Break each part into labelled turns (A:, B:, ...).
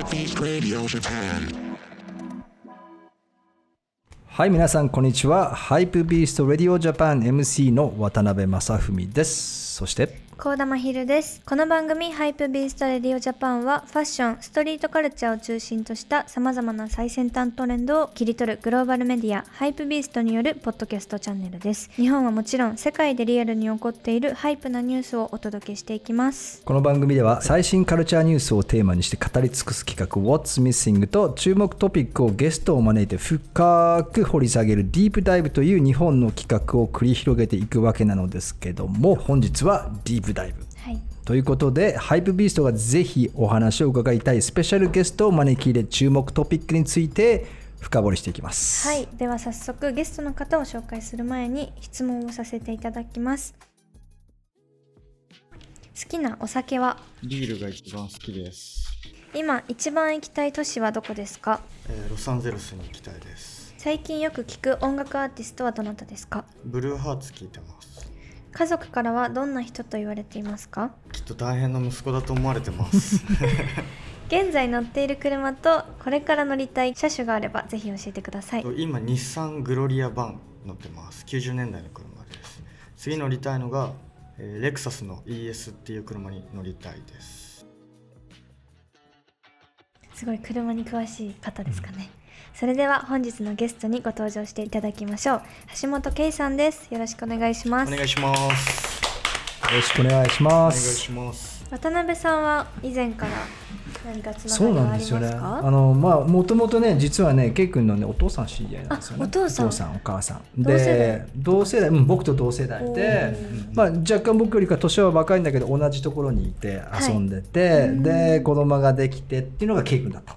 A: Radio Japan.
B: はい、皆さん、こんにちは。ハイプビースト・レディオ・ジャパン MC の渡辺正文です。そして、
C: 高田真昼ですこの番組「ハイプビーストレディオジャパンはファッションストリートカルチャーを中心としたさまざまな最先端トレンドを切り取るグローバルメディアハイプビーストによるポッドキャストチャンネルです日本はもちろん世界でリアルに起こっているハイプなニュースをお届けしていきます
B: この番組では最新カルチャーニュースをテーマにして語り尽くす企画 What's Missing と注目トピックをゲストを招いて深く掘り下げるディープダイブという日本の企画を繰り広げていくわけなのですけども本日はディープダイブ
C: はい
B: ということで、ハイプビーストがぜひお話を伺いたいスペシャルゲストを招き入れ、注目トピックについて深掘りしていきます。
C: はい、では早速ゲストの方を紹介する前に質問をさせていただきます好きなお酒は
D: ビールが一番好きです。
C: 今一番行きたい都市はどこですか
D: えーロサンゼルスに行きたいです。
C: 最近よく聞く音楽アーティストはどなたですか
D: ブルーハーツ聞いてます。
C: 家族からはどんな人と言われていますか
D: きっと大変な息子だと思われて ます。
C: 現在乗っている車とこれから乗りたい車種があればぜひ教えてください
D: と今日産グロリアバン乗ってます。90年代の車です。次乗りたいのが、えーレクサスの ES っていう車に乗りたいです。
C: すごい車に詳しい方ですかねそれでは本日のゲストにご登場していただきましょう橋本圭さんですよろしくお願いしま
D: お
C: す
D: 願いします。
B: よろしくお願いし
D: お
B: ま
D: 願い
B: す
D: し。ます。
C: 渡辺さんは以前から何かつな
B: そう
C: がり
B: な
C: はあ
B: ん
C: りま
B: です
C: すか
B: よね。あのまあもともとね実はねケイ君のねお父さん知り合いなんですよね。
C: あお父さん
B: お母さん。
C: 同世代
B: で同世代うん僕と同世代で、まあ若干僕よりか年は若いんだけど同じところにいて遊んでて、
C: い
B: で子供ができてっていうのがケイ君だった。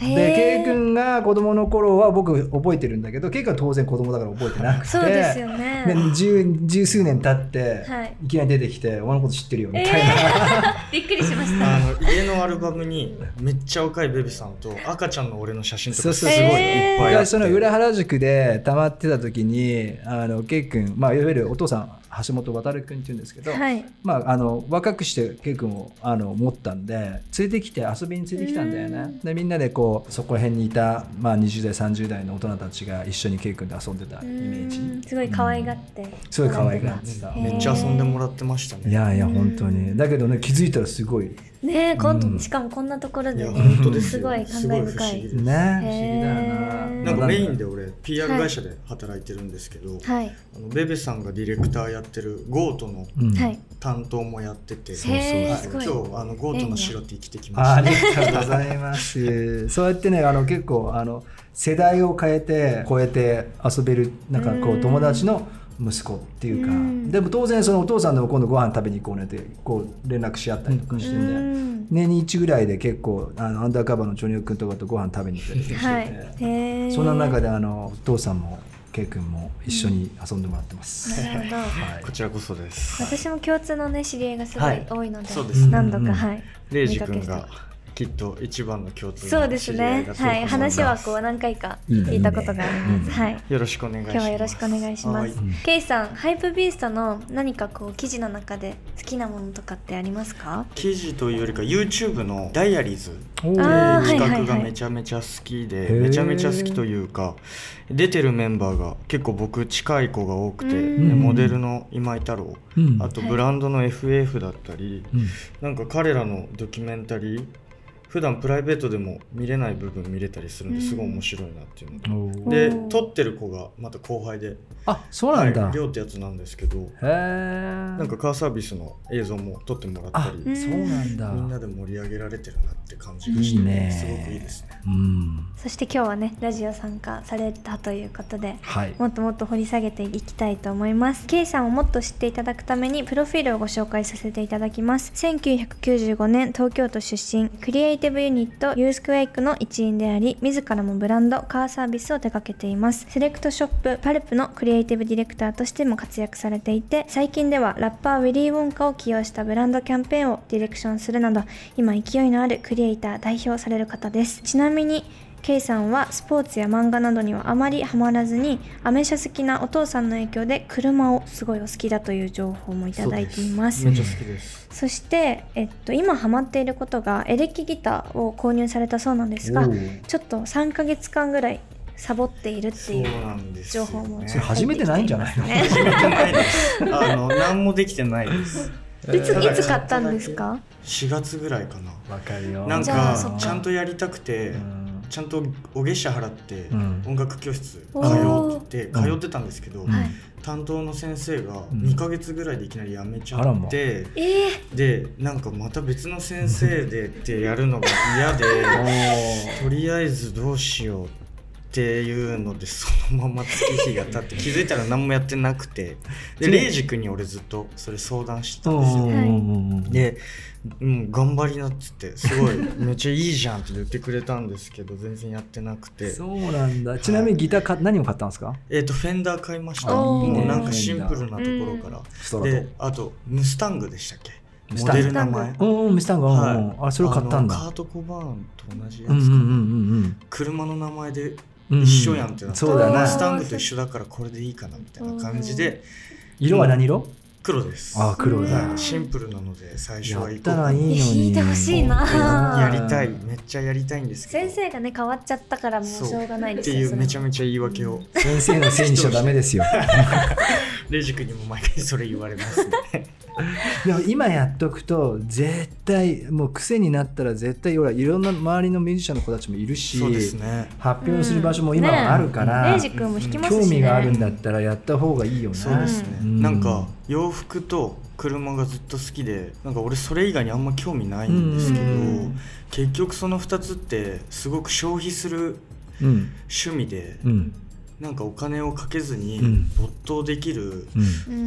C: へー
B: でケイ君が子供の頃は僕覚えてるんだけどケイ君は当然子供だから覚えてなくて
C: そうですよね
B: で十十数年経って、
C: はい
B: い、きなり出てきて「俺のこと知ってるよ」みた いな、
C: びっくりしまし
D: あの家のアルバムにめっちゃ若いベビさんと赤ちゃんの俺の写真と
B: そう
D: か
B: そ
D: す
B: う
D: ご
B: そ
D: いういっぱいあって。
B: その裏原宿で溜まってた時にあのケイ君、まあ、いわゆるお父さん橋本渉君って言うんですけど、
C: たはい
B: まあ、あの若くしてケイ君をあの持ったんで連れてきて遊びに連れてきたんだよ
C: う
B: ね
C: ん
B: でみんなでこうそこら辺にいた、まあ、20代30代の大人たちが一緒にケイ君で遊んでたイ
C: う
B: メージ
C: ーんすごい可愛がって
B: すごい可愛がってた
C: へー
D: めっちゃ遊んでもらってましたね。
B: いやいや本当にだけどね気づいたらすごい
C: ねえこん
B: うん
C: しかもこんなところ
D: い
C: で
D: や
C: ね
D: 本当です
C: す
D: よ
C: ごい感慨深い
D: すご不思議です
B: ね不思議だよ
C: へー
B: な
D: なんかメイン
B: で
D: で俺 PR 会社で働いてるんですけど、
C: はい
D: あのベベさんがディレクターやってるゴートの
C: はい
D: 担当もやってて、
B: そう
C: へー
D: はい
C: すご
D: 今
C: い
D: 日あのゴートの白 T 着てきま
B: ああ
D: し
B: り
D: た。
B: がとうございます。そうやってね、あの結構あの世代を変えて超えて遊べるなんかこ
C: う
B: うん友達の息子っていうか、
C: うん
B: でも当然そのお父さんでも今度ご飯食べに行こうねってこう連絡し合ったりとかして
C: うん
B: で、
C: ん
B: 年に1ぐらいで結構あのアンダーカバーのジョニオ君とかとご飯食べに行ったりとかして
C: はい
B: て、
C: へえ
B: そんな中であのお父さんもケイ君も一緒に遊んでもらってます。
C: なるほど
B: はい
D: こちらこそです。
C: 私も共通のね知り合いがすご
D: はいい
C: 多いので
D: そうです
C: 何度
B: うん
C: かはい
D: レイジ君
C: 見か
D: がきっと一番の共通の
C: そうですね
D: 知り合いだと思
C: はい
D: ます
C: 話はこう何回か
B: いいね
C: 聞いたことがあ
B: い
C: り
B: い
C: ま
B: ね
C: すはい
D: よろしくお願いします。
C: 今日はよろしくお願いしま
D: はい
C: す。ケイさん、ハイプビーストの何かこう記事の中で好きなものとかってありますか？
D: 記事というよりか YouTube のダイアリーズ
B: おー
C: あー
D: 企画
C: はいは
D: が
C: いはい
D: めちゃめちゃ好きで、
B: ー
D: めちゃめちゃ好きというか出てるメンバーが結構僕近い子が多くて、
C: うん
D: でモデルの今井太郎
B: うん
D: あと
C: はい
D: ブランドの FF だったり、
B: うん
D: なんか彼らのドキュメンタリー普段プライベートでも見れない部分見れたりするんで
C: うん
D: すごい面白いなっていうのと、
B: おー
D: で
C: おー
D: 撮ってる子がまた後輩で
B: あ、そうなんだ。
D: はいりょうってやつなんですけど
B: へえ。
D: なんかカーサービスの映像も撮ってもらったり
C: うん
B: そうなんだ。
D: みんなで盛り上げられてるなって感じがして
B: いいね
D: すごくいいですね。
B: うん。
C: そして今日はねラジオ参加されたということで、
B: はい。
C: もっともっと掘り下げていきたいと思います。ケイさんをもっと知っていただくためにプロフィールをご紹介させていただきます。1995年東京都出身、クリエイティブユニットユースクエイクの一員であり、自らもブランド、カーサービスを手掛けています。セレクトショップ、パルプのクリエイティブディレクターとしても活躍されていて、最近ではラッパーウィリー・ウォンカを起用したブランドキャンペーンをディレクションするなど、今勢いのあるクリエイター代表される方です。ちなみに、 K さんはスポーツや漫画などにはあまりハマらずにアメ車好きなお父さんの影響で車をすごいお好きだという情報もいただいています
D: そうでめっちゃ好きです
C: そして、えっと、今ハマっていることがエレキギターを購入されたそうなんですが
D: おー
C: ちょっと3ヶ月間ぐらいサボっているって
D: そう
C: いう
D: なんです
C: 情報も
D: ね
B: それ初めてないんじゃないの
C: ね
D: あの何もできてないです
C: いついつ買ったんですか
D: 4月ぐらいかな
B: わかるよ
D: なん
C: じゃあそっ
D: か
C: か
D: ちゃんとやりたくて、
B: うん
D: ちゃんとお月謝払って
B: うん
D: 音楽教室通
C: おー
D: ってて通ってたんですけど、
B: うん
C: はい
D: 担当の先生が
B: ん
D: 2ヶ月ぐらいでいきなり辞めちゃ
B: あらま
D: って、
C: ええ
D: でなんかまた別の先生でってやるのが嫌 でとりあえずどうしようっていうのでそのまま月日が 経って気づいたら何もやってなくて
B: そ
D: で
B: う
D: レイジ君に俺ずっとそれ相談してたんですよ。
B: うん
D: で、うん、頑張りなっつってすごいめっちゃいいじゃんって言ってくれたんですけど全然やってなくて
B: そうなんだちなみにギターか何を買ったんですか
D: えっ、とフェンダー買いました
C: おー
D: もうなんかシンプルなところから、
B: ストラ
D: で
B: ト
D: あとムスタングでしたっけ
B: ムス
D: モ
B: タン
D: デ
B: グ
D: ル名前
B: うんうんミスタンガ
D: はい
B: ーあそれを買ったん
D: あのカ
B: だ
D: ート・コバーンと同じやつ
B: う
D: か、
B: んうんうんうん
D: 車の名前で
B: うんうん
D: 一緒やんってなって、
B: そうだ
D: マ
B: な
D: スタングと一緒だからこれでいいかなみたいな感じで
B: 色は何色
D: 黒です
B: あ黒だ
D: はいシンプルなので最初
B: や
D: は
B: っ
D: 行こ
B: た
D: う
B: らいいの
D: か
B: に
C: 弾いてほしいな
D: なやりたいめっちゃやりたいんですけど
C: 先生がね変わっちゃったからもうしょうがない
D: っ
C: で
D: て
C: す
D: い
C: よ
D: うめちゃ
C: め
D: めちゃ言い 訳を
B: 先生のせいにしちゃダメですよ
D: レイジ君にも毎回それ言われますね
B: でも今やっとくと絶対もう癖になったら絶対ほらいろんな周りのミュージシャンの子た ちもいるし
D: そうですね
B: 発表する場所も今はあるから、
C: レイジ君も弾きますし
B: 興
C: ね
B: 味があるんだったらやった方がいいよね
D: そうですね、
B: うん
D: なんか洋服と車がずっと好きでなんか俺それ以外にあんま興味ないんですけど、
C: うん
D: 結局その2つってすごく消費する
B: うん
D: 趣味で、
B: うん
D: なんかお金をかけずに
B: うん
D: 没頭できる
B: う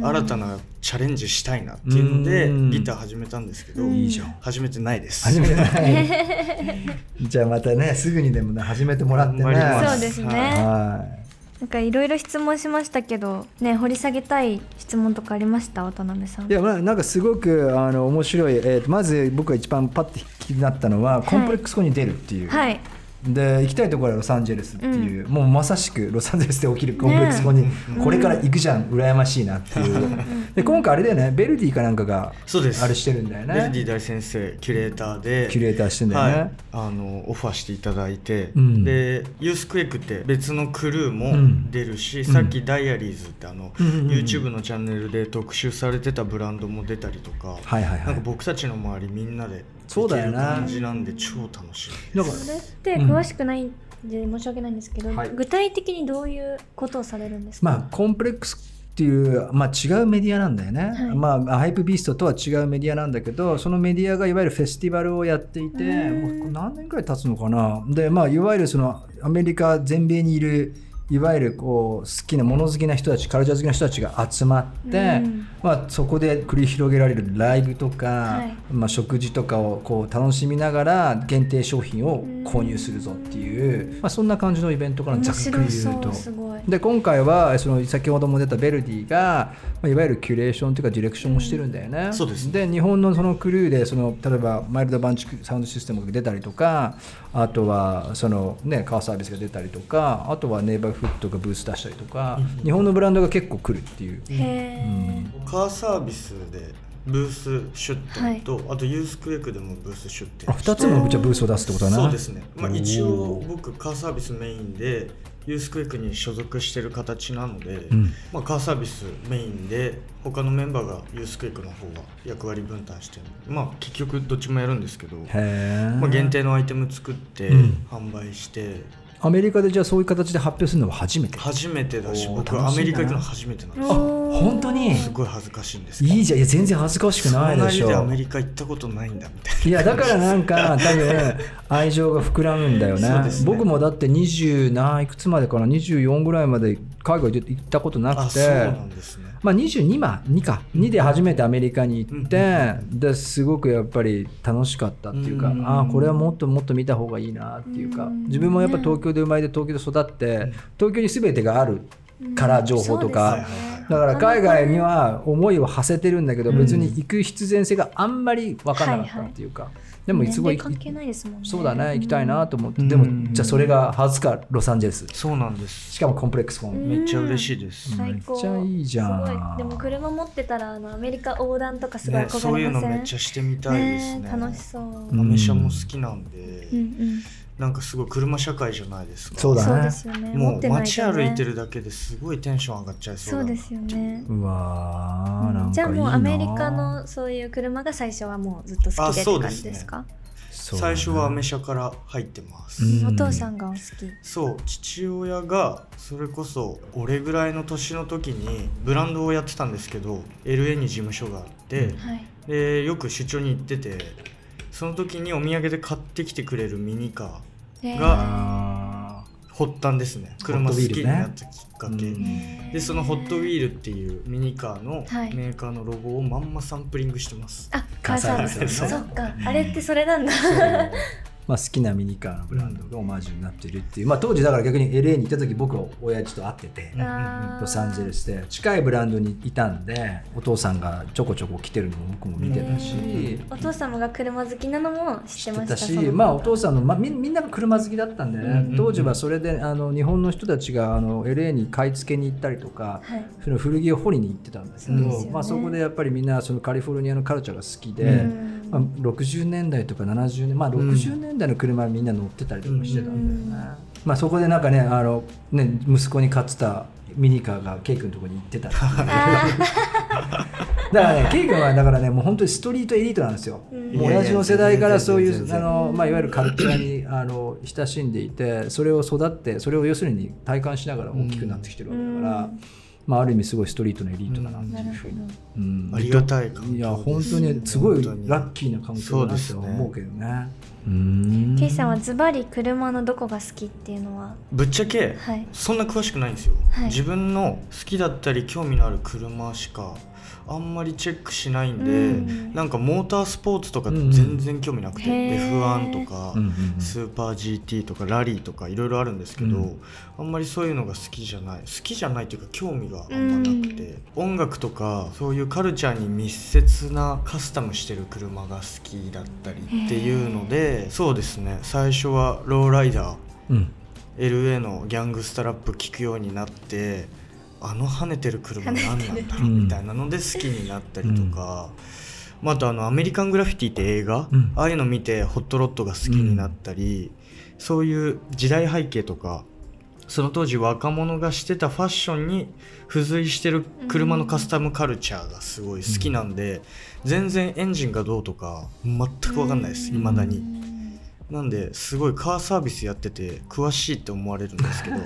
D: 新たなチャレンジしたいなっていうので、
B: うん
D: ギター始めたんですけど、
C: うん
B: いいじゃん
D: 始めてないです
B: 始めてないじゃあまたねすぐにでもね始めてもらってね
D: 頑張ります
C: そうですね
D: はい
B: はい
C: なんかいろいろ質問しましたけどね掘り下げたい質問とかありました渡辺さん
B: いやまあなんかすごくあの面白い、えーとまず僕が一番パッて気になったのは、コンプレックス後に出るっていう、
C: はい
B: で行きたいところはロサンゼルスっていう、もうまさしくロサンゼルスで起きるコンプレックス後に、これから行くじゃん、羨ましいなっていうで今回あれだよねベルディかなんかが
D: そうです
B: あれしてるんだよね
D: ベルディ大先生キュレーターで
B: キュレーターしてんだよね、
D: はい、あのオファーしていただいて、
B: うん
D: でユースクエイクって別のクルー
B: う
D: も
B: ん
D: 出るし、
B: ん
D: さっきダイアリーズってあの、
B: うんうんうん
D: YouTube のチャンネルで特集されてたブランドも出たりとか、
B: はいはいはい
D: なんか僕たちの周りみんなで
B: そうだよな
D: 行ける感じなんで超楽しいです
B: なんか
C: それって詳しくないんで申し訳ないんですけど、
B: はい
C: 具体的にどういうことをされるんですか、
B: まあ、コンプレックスっていう、まあ、違うメディアなんだよね、
C: い
B: まあ、ハイプビーストとは違うメディアなんだけどそのメディアがいわゆるフェスティバルをやっていて
C: うん
B: もう何年くらい経つのかなで、まあ、いわゆるそのアメリカ全米にいるいわゆるこう好きなもの好きな人たちカルチャー好きな人たちが集まって、
C: うん
B: まあ、そこで繰り広げられるライブとか、
C: はい
B: まあ、食事とかをこう楽しみながら限定商品を購入するぞっていう、まあ、そんな感じのイベントかなざ
C: 面
B: っくり
C: 白
B: 言う
C: そ
B: と
C: う。すごい
B: で今回はその先ほども出たベルディがまあいわゆるキュレーションというかディレクションをしてるんだよね。
D: んそうですね
B: 日本のそのクルーでその例えばマイルドバンチサウンドシステムが出たりとかあとはその、ね、カーサービスが出たりとかあとはネイバーフットがブース出したりとか日本のブランドが結構来るっていう。
C: へえ、
D: カーサービスでブース出店と、あとユースクエイクでもブース出店
B: あ2つもじゃあブースを出すってことだな。
D: そうですね、まあ、
B: おー
D: 一応僕カーサービスメインでユースクエイクに所属してる形なので、
B: うん
D: まあ、カーサービスメインで他のメンバーがユースクエイクの方が役割分担してるまあ結局どっちもやるんですけど、
B: へー
D: まあ、限定のアイテム作って
B: うん
D: 販売して
B: アメリカでじゃあそういう形で発表するのは初めて。
D: 初めてだし
B: おー
D: 僕
B: 楽
D: ア
B: し
D: メ
B: み
D: リ
B: だ
D: カ
B: な
D: 行くの初めてなんです
C: お
D: よ
C: ー
B: 本当に
D: すごい恥ずかしいんですけど
B: いいじゃんいや全然恥ずかしくないでしょ。
D: その間アメリカ行ったことないんだみたい
B: いやだからなんか多分愛情が膨らむんだよね
D: そうですね
B: 僕もだって20何いくつまでかな24ぐらいまで海外で行ったことな
D: なあ
B: く
D: そうな
B: て
D: んですね
B: まあ、22ま2か2で初めてアメリカに行って、
D: う
B: ですごくやっぱり楽しかったっていうか、
D: うん
B: ああこれはもっともっと見た方がいいなっていうか、
C: うん
B: 自分もやっぱ東京で生まれて東京で育って、東京に全てがあるから情報とか、
C: うんそうですね
B: だから海外には思いを馳せてるんだけど別に行く必然性があんまり分からなかったっていうか、でもい
C: 年
B: つご
C: 齢
B: い
C: 関係ないですもんね
B: そうだね行きたいなと思って、
D: うん
B: でもじゃあそれがハーツかロサンゼルス
D: そうなんです
B: しかもコンプレックスフォー
C: うん
B: ム、
D: めっちゃ嬉しいです、
C: 最高
B: めっちゃいいじゃん
C: すごいでも車持ってたらあのアメリカ横断とかすごい
D: ね、そ
C: 憧
D: うい
C: れ
D: う
C: ま
D: の
C: せん、
D: めっちゃしてみたいですね
C: ね楽しそう、
B: ん
D: アメ車も好きなんで、
C: うんうん
D: なんかすごい車社会じゃないですか
B: そうだね
C: そうですよね持
D: も
C: っ
D: う
C: てないと
D: 街
C: ね
D: 歩いてるだけですごいテンション上がっちゃいそう
C: そ
D: だ
C: う
D: な
C: ですよね
B: うわーなんかいいな
C: じゃあもうアメリカのそういう車が最初はもうずっと好きでって感じですか
B: そうだね
D: 最初はアメ車から入ってます、
B: うん
C: お父さんがお好き、
D: そう父親がそれこそ俺ぐらいの年の時にブランドをやってたんですけど LA に事務所があって、
B: うん
C: はい
D: でよく出張に行っててその時にお土産で買ってきてくれるミニカ
C: え
B: あ
D: ー発端ですね
B: ホッ
D: 車
B: ト
D: 好
B: ウ
D: き
B: ィールね
D: になったきっかけ、
B: うん
D: でそのホットウ
C: ー
D: ィールっていうミニカーの
C: はい
D: メーカーのロゴをまんまサンプリングして ます、
C: あ母さん
D: そう
C: そっかあれってそれなんだ
B: まあ、好きなミニカーのブランドがオマージュになっているっていう、まあ、当時だから逆に LA に行った時僕は親父と会ってて、
D: うん
B: ロサンゼル
C: ス
B: スで近いブランドにいたんでお父さんがちょこちょこ来てるのも僕も見てたし、
C: お父様が車好きなのも知
B: 知
C: っ
B: って
C: ま
B: て
C: した
B: し
C: そのこと
B: まあお父さんの、まあ、みみんなが車好きだったんでね、
D: うんうんうん
B: 当時はそれであの日本の人たちがあの LA に買い付けに行ったりとか、
C: はい
B: その古着を掘りに行ってたんだけ
C: そ
B: ど
C: うですよね
B: まあ、そこでやっぱりみんなそのカリフォルニアのカルチャーが好きで、
C: うん
B: まあ、60年代とか70年、まあ、
D: ん
B: 60年代の車みんな乗ってたりとかしてたんだよね、
C: う
B: まあ、そこでなんかねあのね息子に買ってたミニカーがケイ君のところに行ってたっていうだからねケイ君はだからねもう本当にストリートエリートなんですよ、
C: うん
B: もう親父の世代からそうい
D: いやいや全
B: うあ
D: 然
B: の、まあ、いわゆるカルチャーにあの親しんでいてそれを育ってそれを要するに体感しながら大きくなってきてるわけだから、
C: うん
B: まあ、ある意味すごいストリートのエリートだなって
C: ないる
B: うふ
C: ほ
B: うに、
C: ど
B: うん
D: ありがたい環境です
B: いや本当にすごい
D: 本当に
B: ラッキーな環境だなとは思うけどね。うーん
C: ケイさんはズバリ車のどこが好きっていうのは
D: ぶっちゃけ
C: はい
D: そんな詳しくないんですよ、
C: はい
D: 自分の好きだったり興味のある車しかあんまりチェックしないんで、
C: うん
D: なんかモータースポーツとか全然興味なくて、
C: うんへー
D: F1 とか、
B: うんうんうん
D: スーパー GT とかラリーとかいろいろあるんですけど、
B: うん
D: あんまりそういうのが好きじゃない好きじゃないというか興味があんまなくて、音楽とかそういうカルチャーに密接なカスタムしてる車が好きだったりっていうのでそうですね最初はローライダー
B: うん、
D: LA のギャングスタラップ聞くようになってあの跳ねてる車何なんだろうみたいなので好きになったりとか、まああとあのアメリカングラフィティって映画、
B: うん
D: ああいうの見てホットロッドが好きになったり、そういう時代背景とかその当時若者がしてたファッションに付随してる車のカスタムカルチャーがすごい好きなんで、全然エンジンがどうとか全く分かんないです
C: うん
D: 未だに。なんですごいカーサービスやってて詳しいって思われるんですけど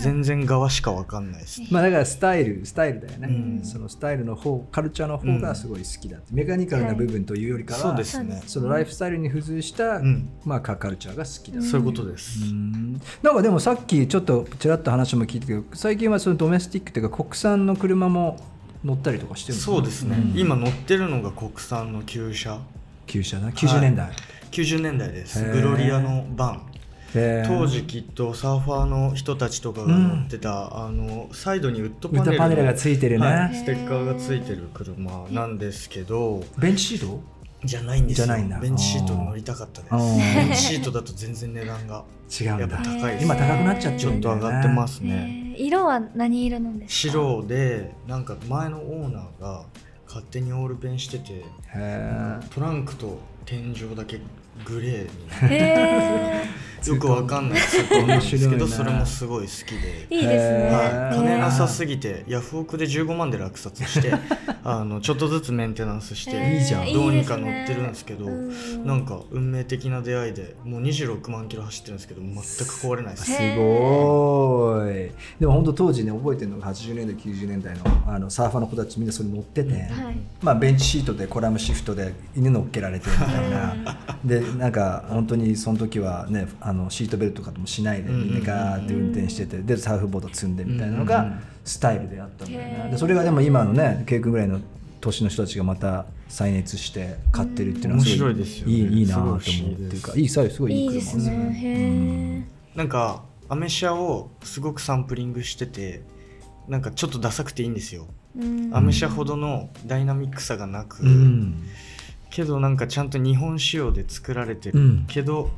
D: 全然側しかわかんないです
B: まあだからスタイルスタイルだよね、
D: うん
B: そのスタイルの方カルチャーの方がすごい好きだって、メカニカルな部分というよりかは、
D: そうですね
B: そのライフスタイルに付随した、
D: うん
B: まあ、カーカルチャーが好きだ、
C: うん
D: そういうことです、
B: うんなんかでもさっきちょっとちらっと話も聞いたけど最近はそのドメスティックっていうか国産の車も乗ったりとかしてるの
D: そうですね、
B: うん
D: 今乗ってるのが国産の旧車
B: 旧車な90年代、
D: 90年代です
B: へー
D: グロリアのバン
B: へー
D: 当時きっとサーファーの人たちとかが乗ってた、あのサイドにウッド
B: ウッ
D: パネ
B: ド
D: ル
B: パネルがついてるね、
D: はいステッカーがついてる車なんですけど
B: ベンチシート
D: じゃないんですよ
B: じゃないんだ
D: ベンチシートに乗りたかったです
B: あー
D: ベンチシートだと全然値段が
B: 違う
D: や
B: ん
D: っぱ
B: だ
D: 高いです
B: 今高くなっちゃって
D: ち
B: る
D: ょ
B: んだ
D: っ
B: よ
D: と上
B: ね
D: がってます
C: へ
D: ね
C: ー色は何色なんですか
D: 白でなんか前のオーナーが勝手にオール弁してて
B: へ
D: トランクと天井だけグレーにな
C: へえ
D: るよくわかんないそこなんですけ
B: 面白
D: ど
B: いな
D: それもすごい好きで。
C: いいですね、
B: へ
D: は
B: ー
D: い、
B: 金
D: 金なさすぎてヤフオクで15万で落札して あのちょっとずつメンテナンスして、
C: へー
B: いいじゃん
D: どうにか乗ってるんですけど
C: うん
D: なんか運命的な出会いでもう26万キロ走ってるんですけど全く壊れないです
B: すごーいでも本当当時ね覚えてるのが80年代90年代のあのサーファーの子たちみんなそれ乗ってて、
C: はい
B: まあ、ベンチシートでコラムシフトで犬乗っけられてみたいなでなんか本当にその時はねあのシートベルトとかもしないで
D: うんうんうん
B: みんなガーって運転しててでサーフボード積んでみたいなの
D: うんうんう
B: が
D: ん
B: スタイルであったんだよ
C: へ
B: ね
C: ー
B: でそれがでも今のねケイ君ぐらいの年の人たちがまた再熱して買ってるっていうのはすご
D: 面白いですよね
B: いいいいなと思うっ
D: すごい不思議
B: て
D: で
B: いう
D: す
B: かいいスタイルすごいい
C: い
B: い
C: いで
B: 車
C: すねへえ
D: なんかアメ車をすごくサンプリングしててなんかちょっとダサくていいんですよ、
C: うん
D: アメ車ほどのダイナミックさがなく、
B: うん
D: けどなんかちゃんと日本仕様で作られて
B: う
D: る、
B: ん
D: けど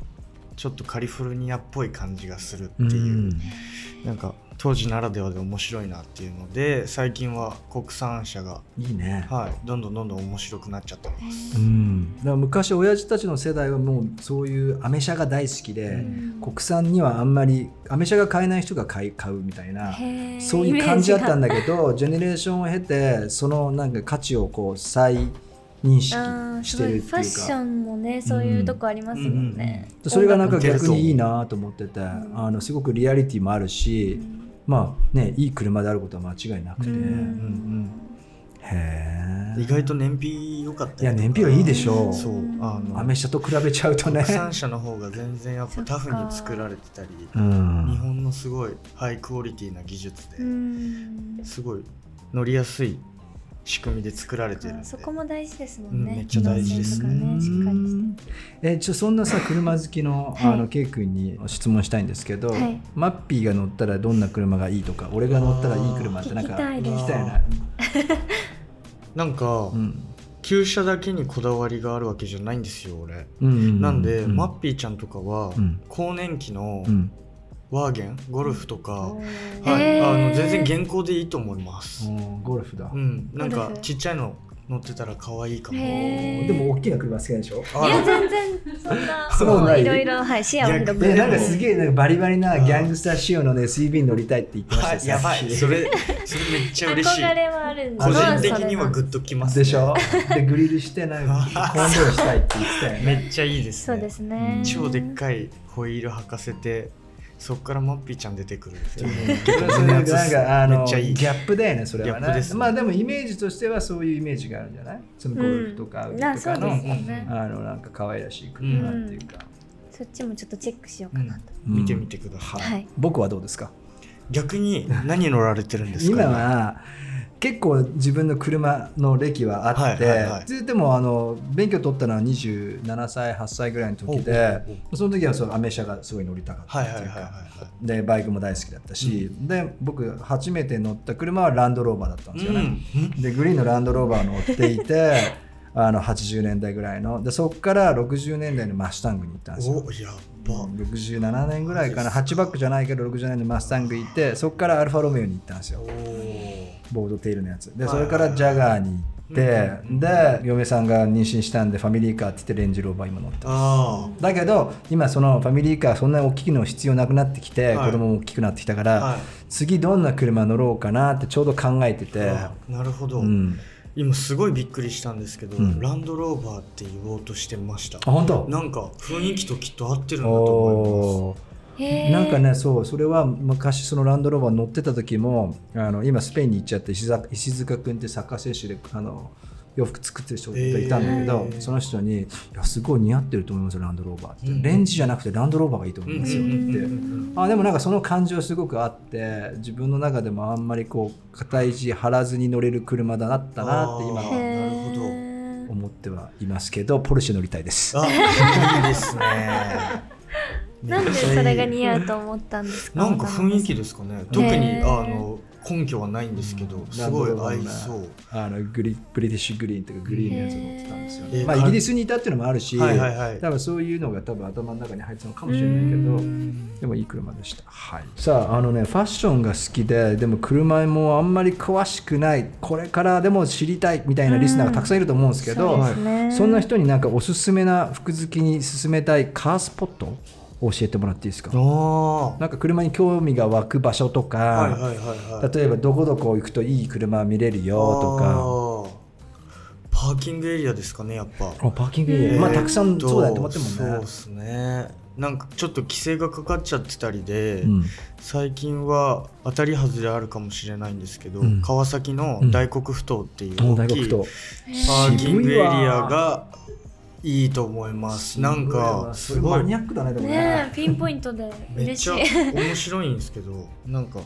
D: ちょっとカリフォルニアっぽい感じがするって
B: う
D: いう、
B: ん
D: なんか当時ならではで面白いなっていうので最近は国産車が、
B: いいね、
D: はい、どんどんどんどん面白くなっちゃってます
B: うん、だから昔親父たちの世代はもうそういうアメ車が大好きで、
C: ん
B: 国産にはあんまりアメ車が買えない人が買い買うみたいな
C: へー
B: そういう感じだったん
C: イメー
B: だけどジェネレーションを経てそのなんか価値をこう再認
C: ジがあー
B: 識し
C: す
B: て
C: ご
B: る
C: い
B: っていう
C: ファ
B: か
C: ッションもねそういうとこありますもんね、
B: でそれがなんか
D: 音楽
B: 逆にいいなと思っててあのすごくリアリティもあるし、まあねいい車であることは間違いなくて、
C: うん
B: へ
D: 意
B: え
D: 外と燃費良かった
B: いや燃費はいいでしょう
D: そうあの
B: アメ車と比べちゃうとね
D: 国、産車の方が全然やっぱタフに作られてたり
B: う
D: 日
B: ん、
D: 本のすごいハイクオリティな技術で、
C: うん
D: すごい乗りやすい仕組みで作られてるんで
C: そこも大事ですもんね、
D: うんめっちゃ大事です
C: 機能性とかねしっかりして
B: えちょそんなさ車好きのあ
C: は
B: の
C: い
B: K 君に質問したいんですけど、
C: はい
B: マッピーが乗ったらどんな車がいいとか俺が乗ったらいい車ってなんか
C: 聞きたいです
B: 聞きたいな、
D: なんか、
B: うん
D: 旧車だけにこだわりがあるわけじゃないんですよ俺、
B: うん、
D: なんで、
B: うん
D: マッピーちゃんとかは、
B: うん
D: 更年期の
B: うん
D: ワーゲンゴルフと
C: う
D: か、
C: ん
D: はい
C: へー
D: あの全然現行でいいと思います、
B: うんゴルフだ、
D: うん、なん
C: ゴ
D: か
C: ルフ
D: ちっちゃいの乗ってたら可愛いかも
C: へー
B: でも大きな車好きなんでしょ
D: あ
C: いや
D: ら
C: 全然そんな
B: そう
C: も
B: な
C: う
B: い
C: いろいろはい視野を広
D: い
B: で
D: や
C: く
B: なんかすげえなんかバリバリな
D: うん
B: ギャングスター仕様のね SUV に乗りたいって言ってました
D: は
B: よ
D: いやばいそれそれめっちゃ嬉しい
C: 憧れはあるんだ
D: 個
C: な
D: 人的には
C: それ
D: グッときます、ね、
B: でしょでグリルしてなん かコンボしたいって言ってたよね
D: めっちゃいいです
C: そう
D: ね
C: ですね
D: 超でっかいホイール履かせてそこからマッピーちゃん出てくるってい う
B: なんかあの
D: めっちゃいい
B: ギャップだよねそれは
D: ギャップ
B: ね
D: ですね
B: まあでもイメージとしてはそういうイメージがあるんじゃないそのゴルフとかウ
C: う
B: ッ
C: ん
B: ド
C: あ
B: と
C: そう
B: か
C: です
B: の、
C: よ
D: う
C: ね
B: あのなんか可愛らしい車っていうか、
C: そっちもちょっとチェックしようかなと、
B: うん
D: 見てみてください、
C: はい
B: 僕はどうですか
D: 逆に何乗られてるんですか
B: 今は結構自分の車の歴はあって、
D: はいはいはい
B: ついてもあの免許取ったのは27歳8歳ぐらいの時で
D: おうおう
B: その時はそうアメ車がすごい乗りたかった
D: はいはい
B: って
D: はいいうはい
B: か
D: は
B: でバイクも大好きだったし、で僕初めて乗った車はランドローバーだったんで
D: い
B: すよね、
D: うん
B: でグリーンのランドローバー乗ってい てあの80年代ぐらいのでそこから60年代のマスタングに行ったんですよ
D: おやっば
B: 67年ぐらいかな
D: マジっすか
B: 8バックじゃないけど60年代のマスタング行ってそこからアルファロメオに行ったんですよ
D: おー
B: ボードテールのやつで
D: はい
B: それからジャガーに行って
D: うん
B: で嫁さんが妊娠したんでファミリーカーって言ってレンジローバー今乗ってます
D: あ
B: だけど今そのファミリーカーそんな大きいの必要なくなってきて
D: は
B: 子
D: い
B: 供も大きくなってきたか
D: あ
B: ら
D: は
B: 次どんな車乗ろうかなってちょうど考えて
D: い、
B: て
D: あなるほど、
B: うん
D: 今すごいびっくりしたんですけど、
B: うん
D: ランドローバーって言おうとしてました
B: あ本当
D: なんか雰囲気ときっと合ってるんだと思います
B: お
C: へー
B: なんかねそうそれは昔そのランドローバー乗ってた時もあの今スペインに行っちゃって石塚石塚君ってサッカー選手であの洋服作ってる人がいたんだけど、
D: へー
B: その人にいや「すごい似合ってると思いますよランドローバー」って、
D: うん
B: レンジじゃなくてランドローバーがいいと思いますよ」っ
D: うん
B: て
D: うんうんうん
B: あでもなんかその感情すごくあって自分の中でもあんまりこう肩肘張らずに乗れる車だったなって今は
D: あー
C: へ
D: なるほど
C: ー
B: 思ってはいますけどポルシェ乗りたいです。
D: あ、いいですね。
C: なんでそれが似合うと思ったんですか
D: なんか雰囲気ですかね。特に
C: へー
D: あの根拠はないんですけど、すごい合いそう。
B: あのグリブリティッシュグリーンというかグリーンのやつを持ってたんですよ
D: へ
B: ね、
D: ー
B: まあ、イギリスにいたっていうのもあるし、
D: はいはいはい
B: 多分そういうのが多分頭の中に入ってたのかもしれないけどでもいい車でした、はい、さああのねファッションが好きででも車もあんまり詳しくないこれからでも知りたいみたいなリスナーがたくさんいると思うんですけど、
C: そうですね
B: そんな人になんかおすすめな服好きに勧めたいカースポットを教えてもらっていいですか
D: あ
B: なんか車に興味が湧く場所とか、
D: あ、はいはいはいはい。
B: 例えばどこどこ行くといい車見れるよとか。
D: あーパーキングエリアですかね、やっぱ。
B: あパーキングエ
C: え
B: リ
C: ー
B: ア、まあ、たくさん
D: と
B: そうだよね、止まってるもんね。
D: そうですね。なんかちょっと規制がかかっちゃってたりで、
B: うん
D: 最近は当たり外れあるかもしれないんですけど、
B: うん
D: 川崎の大黒ふ頭っていう
B: 東大
D: 大き
B: 黒
D: い
B: と
D: パーキングエリアがいいと思います。なんかすごい
B: マニアックだねでも
C: ね
B: ね
C: えピンポイントで
D: めっ
C: 嬉し
D: ち
C: い
D: ゃ 面白いんですけど、なんか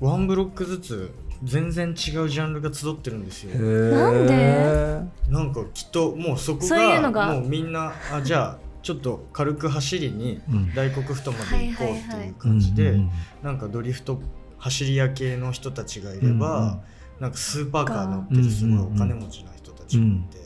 D: ワンブロックずつ全然違うジャンルが集ってるんです
B: へ
D: よ。
B: ー
C: なん
D: なんかきっともうそこ
C: そういうの
D: が
C: が
D: もうみんなあじゃあちょっと軽く走りに
B: うん
D: 大黒ふ頭まで行こうっていう感じ
B: うんう
D: で
B: ん、
D: なんかドリフト走り屋系の人たちがいれば。なんかスーパーカー乗っ
B: う
D: て
B: ん
D: すごいお金持ちの人たちがいて、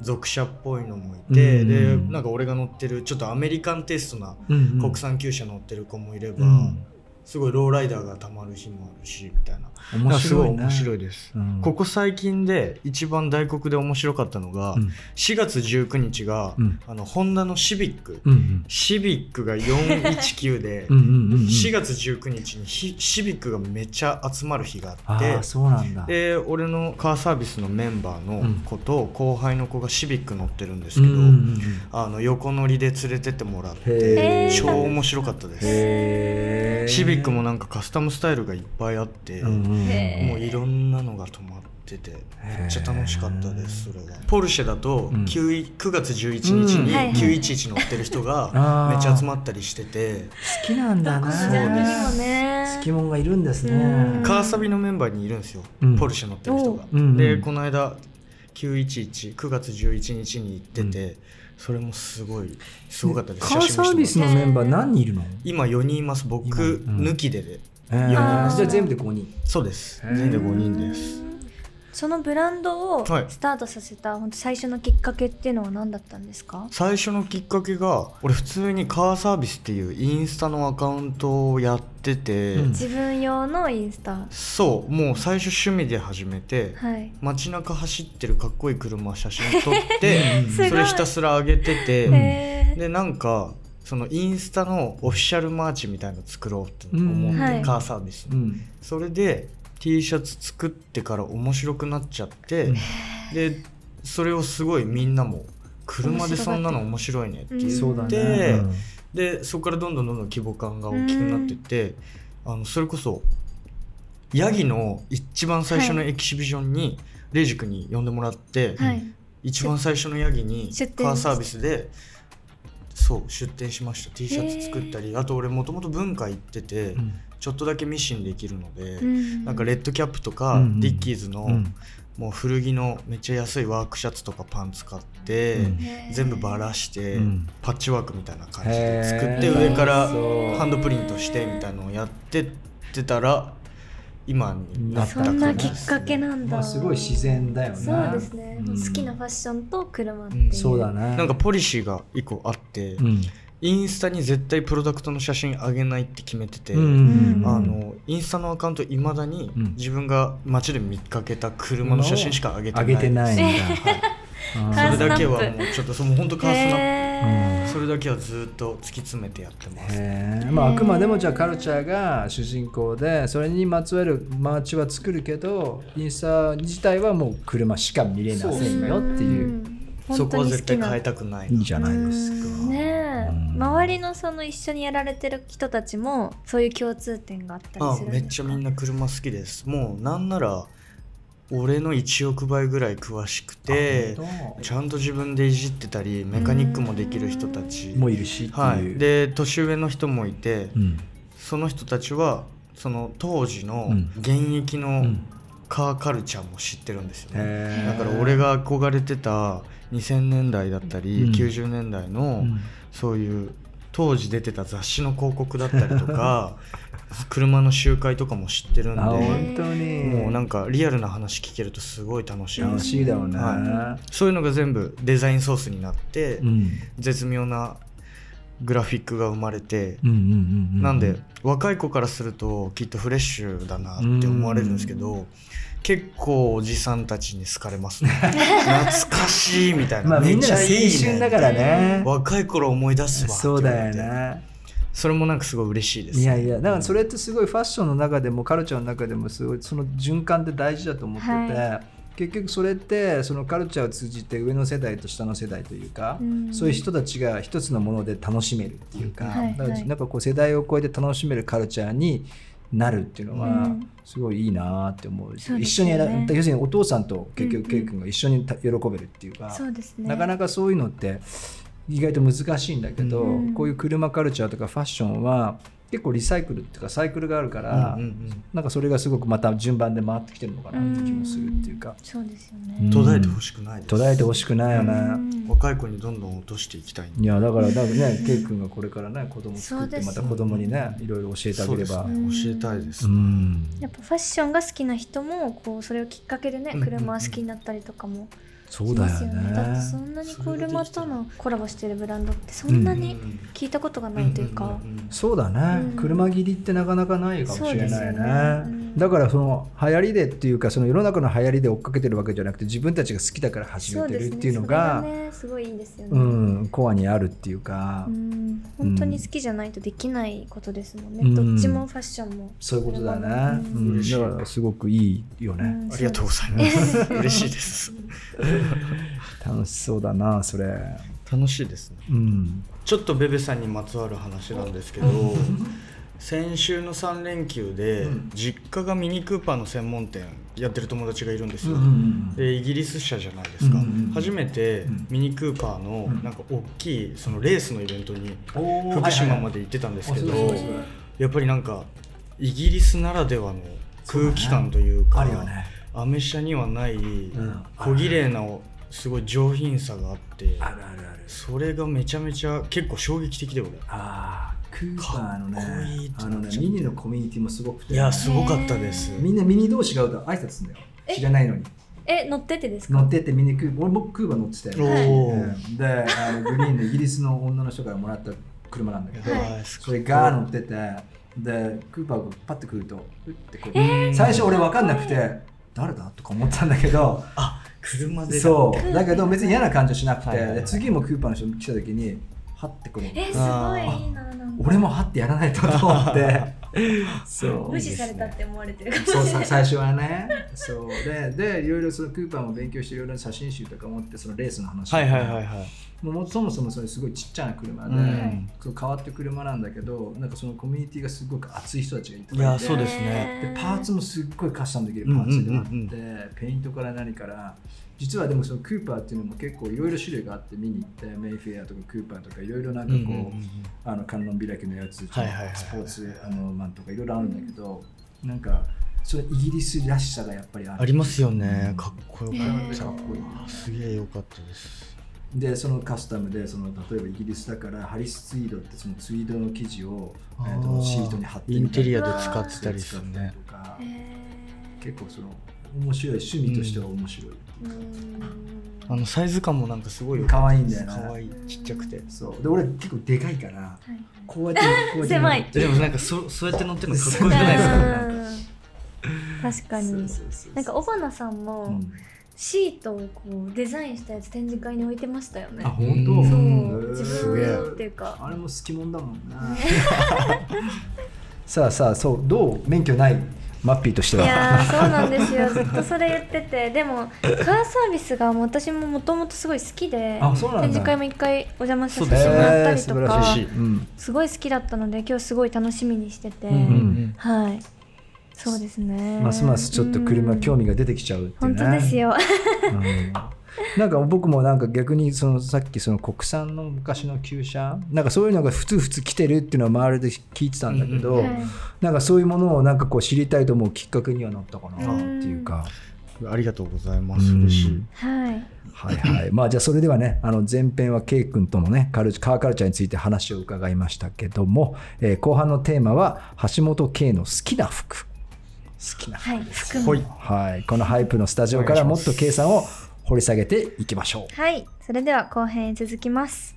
D: 属者っぽいのもいて、
B: うん
D: でなんか俺が乗ってるちょっとアメリカンテイストな
B: うん
D: 国産旧車乗ってる子もいれば、
B: うん
D: すごいローライダーがたまる日もあるしみたいな
B: 面
D: すご
B: 白
D: い
B: いな
D: 面白いです、
B: うん
D: ここ最近で一番大黒で面白かったのが、
B: うん
D: 4月19日が、
B: うん
D: あのホンダのシビック、
B: うん
D: シビックが419で、
B: うんうんうんうんうん
D: 4月19日にひシビックがめっちゃ集まる日があっ
B: あ
D: て
B: あそうなんだ
D: で俺のカーサービスのメンバーの子と後輩の子がシビック乗ってるんです
B: うん
D: け
B: う
D: ど、
B: んうん
D: あの横乗りで連れてってもらっ
B: へ
D: て
C: ー
D: 超面白かったです
B: へえ
D: シビックもなんかカスタムスタイルがいっぱいあって、
B: うんうん
C: へ
D: もういろんなのが止まっててめっちゃ楽しかったですそれがポルシェだと
B: うん
D: 9, 9月11日に
C: うん
D: 911乗ってる人が
B: あー
D: めっちゃ集まったりしてて
B: 好きなんだな
C: この
D: そう
C: ジ
D: で
C: ャンルにも
D: す
C: ね
B: 好きもんがいるんです
C: うん
B: ね
D: カーサビのメンバーにいるんですよ、
B: うん
D: ポルシェ乗ってる人が、
B: おううんうん
D: でこの間9119月11日に行ってて、それもすごいすごかったです
B: カーサービス
D: もら
B: の
D: っ
B: メンバー何人いるの
D: た今4人います僕
B: 今うん
D: 抜きでで
B: えーじゃ
C: あー
B: あ全部で5人
D: そうです
B: へー
D: 全部で5人です
C: そのブランドを
D: はい
C: スタートさせた、本当最初のきっかけっていうのは何だったんですか
D: 最初のきっかけが俺普通にカーサービスっていうインスタのアカウントをやってて、
B: うん
C: 自分用のインスタ
D: そうもう最初趣味で始めて、
C: はい
D: 街中走ってるかっこいい車写真撮って
B: うん
C: すごい
D: それひたすら上げてて、
B: うん
C: へー
D: でなんかそのインスタのオフィシャルマーチみたいの作ろうって思って、
C: うんはい
D: カーサービスの、
B: うん
D: それで T シャツ作ってから面白くなっちゃって、
B: うん
D: でそれをすごいみんなも車でそんなの面白いねって言って、
B: そうだ
D: で
B: ねうん
D: でそこからどんどんどんどん規模感が大きくなってって、あのそれこそヤギの一番最初のエキシビションに、レイジ君に呼んでもらって、
C: はい
D: 一番最初のヤギに
C: 出店
D: カーサービスでそう出店しました T シャツ作ったりあと俺もともと文化行ってて、
B: うん
D: ちょっとだけミシンできるので、
C: うん
D: なんかレッドキャップとか、
B: うんうん
D: ディッキーズの、
B: うん
D: もう古着のめっちゃ安いワークシャツとかパン使って、
B: うん
D: 全部バラして、
B: うん
D: パッチワークみたいな感じで作って
B: へー
D: 上から
B: そう
D: ハンドプリントしてみたいのをやってってたら今になった
C: そ
D: 感
C: ん
D: じ
C: な
D: です
C: き
D: ね
C: っかけなんだ、
B: まあすごい自然だよ
C: そう
B: な
C: ですね、
B: うん
C: 好きなファッションと車って
D: う
C: い
D: ん
C: う
B: そうだね
D: なんかポリシーが一個あって、
B: うん
D: インスタに絶対プロダクトの写真上げないって決めてて、
C: うん
D: あのインスタのアカウントいまだに
B: うん
D: 自分が街で見かけた車の写真しか上げてな
B: 上
D: い
B: げてないんだ
D: そ
C: カー
D: れ
C: スナップ
D: だけはもうちょっとその本当カースナッ
C: へ
D: プ
C: ー
D: それだけはずっと突き詰めてやってます
B: へえまああくまでもじゃあカルチャーが主人公でそれにまつわるマーチは作るけどインスタ自体はもう車しか見れませんよっていう
C: うん
D: そこは
C: 本当に
D: 絶
C: 好き
D: 対
C: な
D: 変えたくない
B: いいじゃないです
C: うん
B: か
C: ねえ、
B: うん
C: 周りのその一緒にやられてる人たちもそういう共通点があったり
D: あ
C: する
D: めっちゃみん
C: な
D: な車好きですもうなんなら俺の1億倍ぐらい詳しくてちゃんと自分でいじってたりメカニックもできる人たち
B: もういるしって
D: はいいうで年上の人もいて
B: うん
D: その人たちはその当時の
B: うん
D: 現役
B: う
D: の
B: ん
D: カーカルチャーも知ってるんですよね、
B: へえ
D: だから俺が憧れてた2000年代だったり、
B: うん
D: 90年代
B: う
D: の
B: ん
D: そういう当時出てた雑誌の広告だったり とか車の集会とかも知ってるんで
B: あ本当に
D: もうなんかリアルな話聞けるとすごい楽しいで
B: 楽
D: す
B: しいだろうね
D: はそういうのが全部デザインソースになって、
B: うん
D: 絶妙なグラフィックが生まれて、
B: うんうんうんうん
D: なんで若い子からするときっとフレッシュだなって思われるんですけど、結構おじさんたちに好かれますね 懐かしいみたいな、
B: まあみんなの青
D: めっちゃいいね
B: 春だからね
D: 若い頃思い出すわって
B: そ
D: 言わ
B: う
D: れて
B: だよね
D: それもなんかすごい嬉しいです
B: いやいやだからそれってすごいファッションの中でもカルチャーの中でもすごいその循環って大事だと思ってて、
C: は
B: 結局それってそのカルチャーを通じて上の世代と下の世代というか、
C: うん
B: そういう人たちが一つのもので楽しめるっていうか,、
C: はいはい
B: なんかこう世代を超えて楽しめるカルチャーになるっていうの
C: う
B: は
C: ん
B: すごいいいなって思うし、
C: そうで
B: 一
C: す
B: 緒
C: よ
B: に
C: ね
B: やら要するにお父さんと結
C: うんう
B: 局
C: ん
B: ケイ君が一緒にた喜べるっていうか。
C: そうですね
B: なかなかそういうのって意外と難しいんだけど、
C: うん
B: こういう車カルチャーとかファッションは結構リサイクルっていうかサイクルがあるから、
D: うんうん
B: なんかそれがすごくまた順番で回ってきてるのかなって気もするっていうか、
C: そうですよ
B: う
D: うんん、
C: ね
D: 途絶えてほしくないです
B: 途絶えてほしくないよね。
C: うん
D: 若い子にどんどん落としていきたいんで
B: いやだからだからねケイ君がこれからね子供作っ
C: そう
B: て
C: です
B: また子供にねいろいろ教えてあ
D: そう
B: げ
D: で
B: れ
D: す
B: ば。
D: ね教えたいです、
B: うん
C: やっぱファッションが好きな人もこうそれをきっかけでね
D: うんうんうん
C: 車好きになったりとかも
B: そうだよ
C: します
B: ね
C: だってそんなにコールマとのコラボしてるブランドってそんなに聞いたことがないというか、
B: そうだね、
C: うん
B: 車切りってなかなかないかもしれな
C: そうで
B: い
C: す
B: ね
C: よねうん
B: だからその流行りでっていうかその世の中の流行りで追っかけてるわけじゃなくて自分たちが好きだから始め
C: そう
B: て
C: です
B: るっ
C: ね
B: ていうのが
C: それねすごいいいですよね、
B: うん、コアにあるっていうか、
C: うん本当に好きじゃないとできないことですもんね、
B: うん
C: どっちもファッションも
B: そういうことだね、う
C: うん
B: ん
D: 嬉しい
B: だからすごくいいよね、
C: うん
D: ありがとうござい ます。嬉しいです。
B: 楽しそうだなそれ
D: 楽しいですね。
B: うん
D: ちょっとベベさんにまつわる話なんですけど。先週の3連休で実家がミニクーパーの専門店やってる友達がいるんですよ、でイギリス車じゃないですか、
B: うんうんうん
D: 初めて
B: ん
D: ミニクーパーの
B: ん
D: なんか大きいそのレースのイベントに
B: おー
D: 福島まで行ってたんですけど、
B: はいはいはいあそうですね
D: やっぱりなんかイギリスならではの空気感というか
B: あるよね
D: アメ車にはない
B: ん
D: 小綺麗なすごい上品さがあって
B: あるあるある
D: それがめちゃめちゃ結構衝撃的で俺
B: あークーパーの
D: かっこいい
B: ね
D: って
B: あ
D: な
B: の
D: っ
B: ね
D: ちゃう
B: ミニのコミュニティもすごくて
D: いやすごかったです
B: みんなミニ同士が会うと挨拶するんだよ
C: え
B: 知らないのに
C: え乗っててですか
B: 乗ってってミニクー俺僕クーバー乗ってたよ、ね
D: おお、
B: うんであのグリーンでイギリスの女の人からもらった車なんだけど、
C: はい
D: や
B: それが乗っててでクーパーがパッて来るとうってこう、
D: うん
B: 最初俺分かんなくて誰だとか思ったんだけど
D: あ車でだ
B: そうだけど別に嫌な感じはしなくて、
D: はいはいはい
B: で次もクーパーの人来た時にはってこう
C: えす
D: あ
C: ご
D: ー
C: いいいななんか
B: 俺もはってやらないとと思って そう
C: 無視されたって思われてるかもしれ
B: そう
C: ない
B: さ最初はねそうででいろいろそのクーパーも勉強していろいろ写真集とか持ってそのレースの話とか
D: はいはいはいはい
B: もうそもそもそれすごいちっちゃな車で、
D: うん
B: そう変わって車なんだけどなんかそのコミュニティがすごく熱い人たちがいっぱいい
D: い
B: て
D: やそうですね
B: でパーツもすっごいカスタムできるパーツがあって、
D: うんうん
B: ペイントから何から実はでもそのクーパーっていうのも結構いろいろ種類があって見に行ってメイフェアとかクーパーとかいろいろなんかこう、あの観音開きのやつ、
D: はいはいはいはい
B: スポーツあのマンとかいろいろあるんだけど、なんかそれイギリスらしさがやっぱりある
D: ありますよねかっこよか
C: ね
D: った、
B: かっこいい
D: あすげえよかったです
B: でそのカスタムでその例えばイギリスだからハリスツイードってそのツイードの生地を、えー
D: あ
B: と
D: ー
B: シートに貼って
D: インテリア
B: で
D: で使ってたりするね
B: とか
C: へー
B: 結構その面白い趣味としては面白い、
C: うーん
D: あのサイズ感もなんかすごいよ
B: 可愛いんだよな
D: かわいいちっちゃくて
B: そうで俺結構でかいから
C: はい
B: こうやってこうやって
C: 狭い
D: でもなんかそそうやって乗ってるのかっこ
B: う
D: よく
B: じゃ
D: ないです
C: う
D: か
C: ん確か
B: そう
C: に
B: そうそう
C: なんか尾花さんも、
B: うん
C: シートをこうデザインしたやつ展示会に置いてましたよね
B: あ本当
D: うん
C: そ
B: へ
C: う
B: ー
C: 自
D: すげえ
C: 分っていうか
B: あれも好きもんだもんな。 さあさあそうどう免許ないマッピーとして
C: い
B: は。
C: やーそうなんですよずっとそれ言っててでもカーサービスがもう私ももともとすごい好き で
B: あそうなんだ
C: 展示会も一回お邪魔させ
D: そう
C: て
D: だ
C: も
D: よね
C: らった
B: えー
C: り
B: 素
C: と
B: 晴
C: から
B: しい。うん。
C: すごい好きだったので今日すごい楽しみにしてて、
B: んうん
C: はいそうですね
B: ますますちょっと車興
C: 味
B: 味が出てきちゃうっていう
C: 本
B: ね。
C: 当で すよ
B: うん。なんか僕もなんか逆にそのさっきその国産の昔の旧車なんかそういうのがふつふつ来てるっていうのは周りで聞いてたんだけど、
C: はい
B: なんかそういうものをなんかこう知りたいと思うきっかけにはなったかなっていうか。
D: ありがとうございます嬉しい
C: はい
B: はい はい。まあじゃあそれではね、あの前編は K 君とのね、カルチカーカルチャーについて話を伺いましたけども、えー後半のテーマは橋本 K の好きな服。好きな服。
C: はい服も
D: はい
B: はい。このハイプのスタジオからもっと K さんを掘り下げていきましょう。
C: はいそれでは後編へ続きます